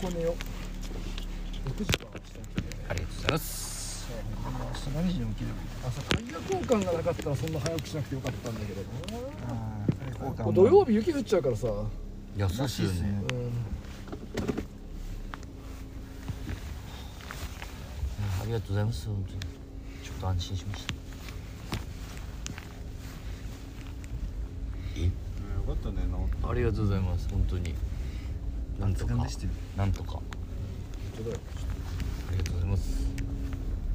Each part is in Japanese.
箱根を6時からしたんでありがとうございます朝何時に起きればいい朝タイヤ交換がなかったらそんな早くしなくてよかったんだけどもう土曜日雪降っちゃうからさ、ういやそうらっしすいよですねねん、ありがとうございます本当にちょっと安心しましたえよかったね治ありがとうございます本当になんとか抜群でしたよなんとか本当だよありがとうございます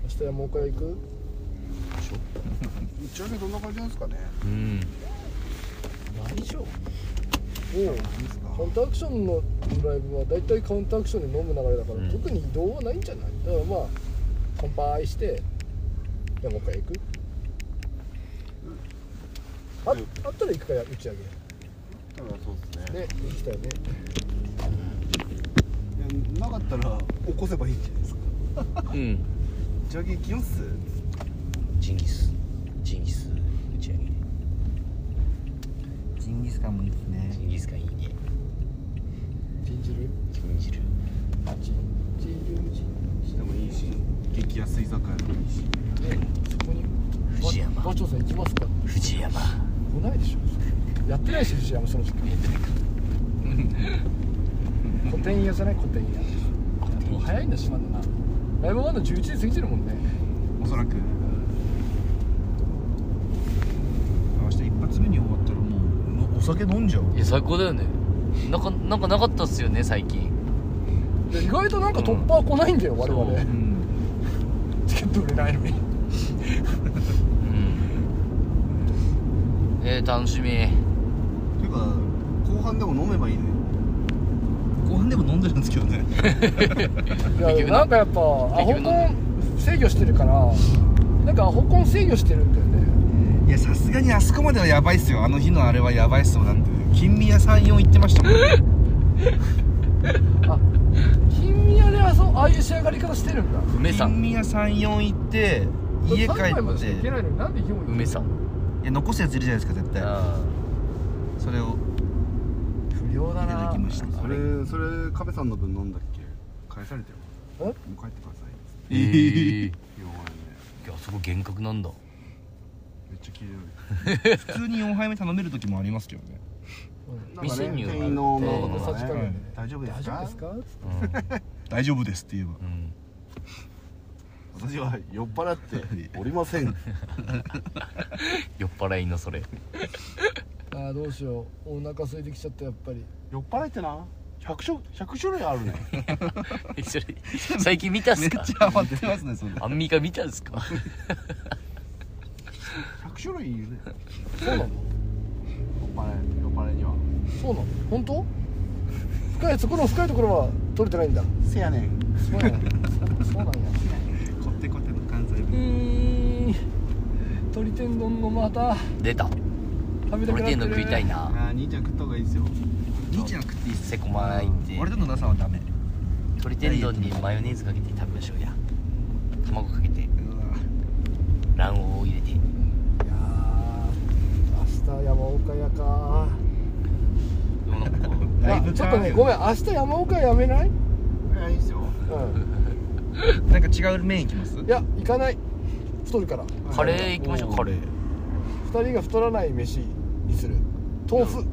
明日山岡屋行くでしょ打ち上げどんな感じなんですかねうん何でしょうなんですかカウンターアクションのライブは大体カウンターアクションで飲む流れだから、うん特に移動はないんじゃないだからまあ乾杯して山岡屋行く、ああったら行くかや打ち上だからそうですげねね行きたいねいやなかったら起こせばいいんじゃないですかうん打ち上げ行きますジンギスジンギス打ち上げジンギスカンもいいですジねンギスカンいいねジンジルジジンン汁ジルジンしてもいいし激安居酒屋でもいいしねそこに藤山ババチョさん行きますか藤山来ないでしょやってないし藤山その時間古典屋じゃない古典屋もう早いんだしまだなライブ終わるの11時過ぎてるもんねおそらく明日一発目に終わったらもうお酒飲んじゃういや最高だよねなんかなんかなかったっすよね最近で意外となんか突破は来ないんだよ、我々そううんチケット売れないのにうんえー、楽しみていうか後半でも飲めばいいね後半でも飲んでるんですけど ねい結や局ななんかやっぱアホ結局コなン制御してるからなんかアホコン制御してるんだよねいやさすがにあそこまではやばいっすよあの日のあれはやばいっすよなんて金宮三四行ってましたもんあ金宮であそうああいう仕上がり方してるんだ梅さ金ん宮三四行って家帰3枚まっでしてか行けないのになんで4位梅さんいや残すやついるじゃないですか絶対あそれを不良だいただなきましたあれそれカベさんの分飲んだっけ返されてよえもう帰ってくださいえー、いや4杯そこ幻覚なんだ目めっちゃ綺麗普通に4杯目頼める時もありますけどねうん未潜入店員の女の子さがじね加減うん大丈夫で大す丈夫かですか大丈夫ですって言えばうん、うん、私 は酔っ払っておりません酔っ払いの それあーどうしようお腹空いてきちゃったやっぱり酔っ払いってな100種 ,100 種類あるねそれ最近見たっすかゃ余ってますねそれアンミカ見たんすか100種類いるねそうなの酔っ払い酔っ払いにはそうなの本当深いそこの深いところは取れてないんだせやねんそうなんやそうなんやこってこての関西うーん鶏天丼のまた出た食べたくなっ俺ててんの食いたいなあ兄ちゃん食った方がいいですよ兄ちゃん食っていいっすせこまないって俺と野田さんはダメ鶏天丼にマヨネーズかけて食べましょうや卵かけて卵黄を入れていやー明日山岡屋かどうなんかだいまぶあちょっとねごめん明日山岡屋やめない、いやいいっすようん、なんか違う麺いきますいや行かない太るから カレー行きましょうカレー2人が太らない飯にする豆腐豆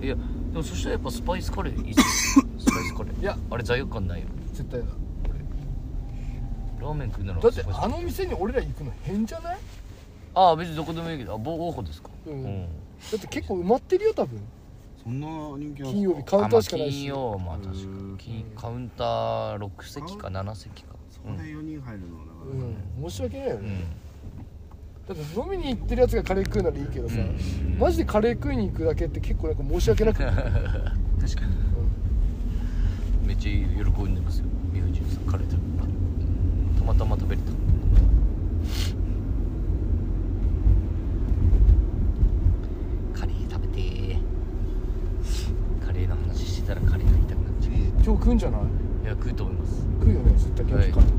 腐いやでもそしたらやっぱスパイスカレーいいっすよ スパイスカレーいやあれ罪悪感ないよ絶対だラーメン食うならだってスパイスあの店に俺ら行くの変じゃないああ別にどこでもいいけどあボーホですかうんだって結構埋まってるよ多分そんな人気なんすか金曜日カウンターしかないしあまあ、金曜まあ確かうん金うんカウンター6席か7席かそうんこで四人入るのだから、うん申し訳ないようね、んだって飲みに行ってるやつがカレー食うならいいけどさ、うんマジでカレー食いに行くだけって結構なんか申し訳なくて、確かにめっちゃ喜んでますよ美藤さんカレー食べたたまたま食べれたカレー食べてーカレーの話してたらカレー食いたくなっちゃう今日食うんじゃないいや食うと思います食うよね絶対今日カレーね、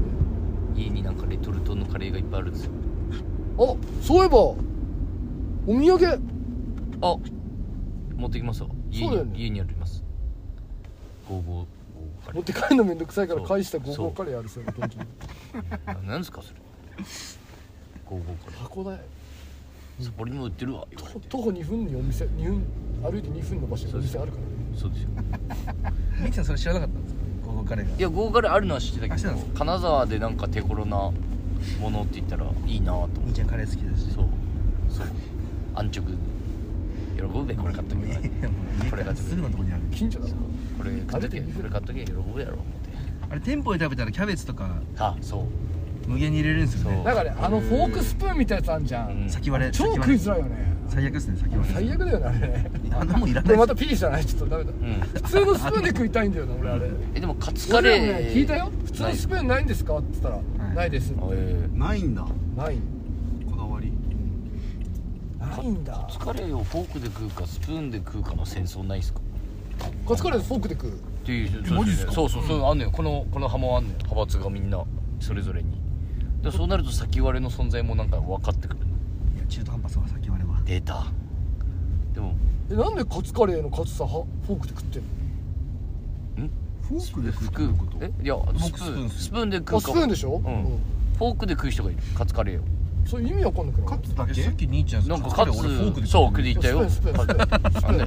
家になんかレトルトのカレーがいっぱいあるんですよあそういえばお土産あ持ってきますわ家そうだに,、よね家にあります5555か持って帰るのめんどくさいからそう返したゴーゴーカレーやるそれ現金ら何ですかそれゴーゴーから箱だよサポリにも売ってるわ言われ徒て徒歩2分にお店2分歩いて2分の場所にお店あるからそうですよミキさんそれ知らなかったんですかゴーゴーカレーがいやゴーカレーあるのは知ってたあ知けってどたんです金沢でなんか手頃なものって言ったらいいなぁと思っ兄てちゃんカレー好きだしそうそう安直喜ぶべこれ買っとけばいやもう こ家かれ買らっとすけぐのばとこにある近所だろこれ買っとけこれ買っとけ喜ぶやろ思ってあれ店舗で食べたらキャベツとかあそう無限に入れれるんですよねそうだからねあのフォークスプーンみたいなやつあんじゃうんん先割れ超先食い割れづらいよね最悪ですね先割れ最悪だよねあれねあんなもんいらこなれいまですたピリじゃないちょっとダメだうん普通のスプーンで食いたいんだよな俺あれえでもカツカ俺レらーもね聞いたよ普通なのいスプーンないんですかって言ったらいないですってあえないんだこないだわりないんだーカツカレーをフォークで食うかスプーンで食うかの戦争ないっすかカツカレーフォークで食うっていうマジっすかそうそうそう、あんのよこのこの派もあんのよ派閥がみんなそれぞれにでそうなると先割れの存在もなんか分かってくるいや中途半端そうは先割れは出たでもえなんでカツカレーのカツさはフォークで食ってんのフォークスプーンえいやスプスプーーンンっすスプーンで食あうスかプーンでしょ、うんフォークで食う人がいるカツカレーをうんそれ意味わかんなくないツだけさっき兄ちゃんなんかカツ俺フォークでそうクでい言やったよスプーンスプーンスプーンあんね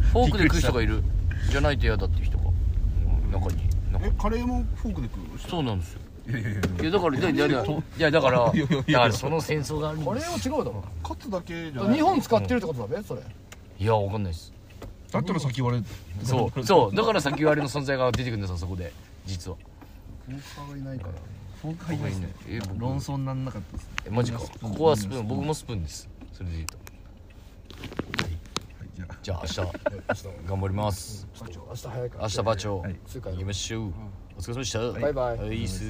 フォークで食う人がいるじゃないと嫌だっていう人が、うん、中になんかカレーもフォークで食うそうなんですよいやいやいやいやだからいやいやい やいやだからいやいやいだやからその戦争があるんカレですーは違うだろカツだけじ日本使ってるってことだべそれいやわかんない ですだったら先割れそうそうだから先割れの存在が出てくるんですよそこで実はフォーカーがいないからフォーク入りますねえ僕論争になんなかったですねえマジかここはスプーン僕もスプーンですそれで言うとはいじゃあじゃあ明日え明日も頑張りますちょっと明日早いから明日バチョはい行きましょうお疲れ様でしたバイバイはいっす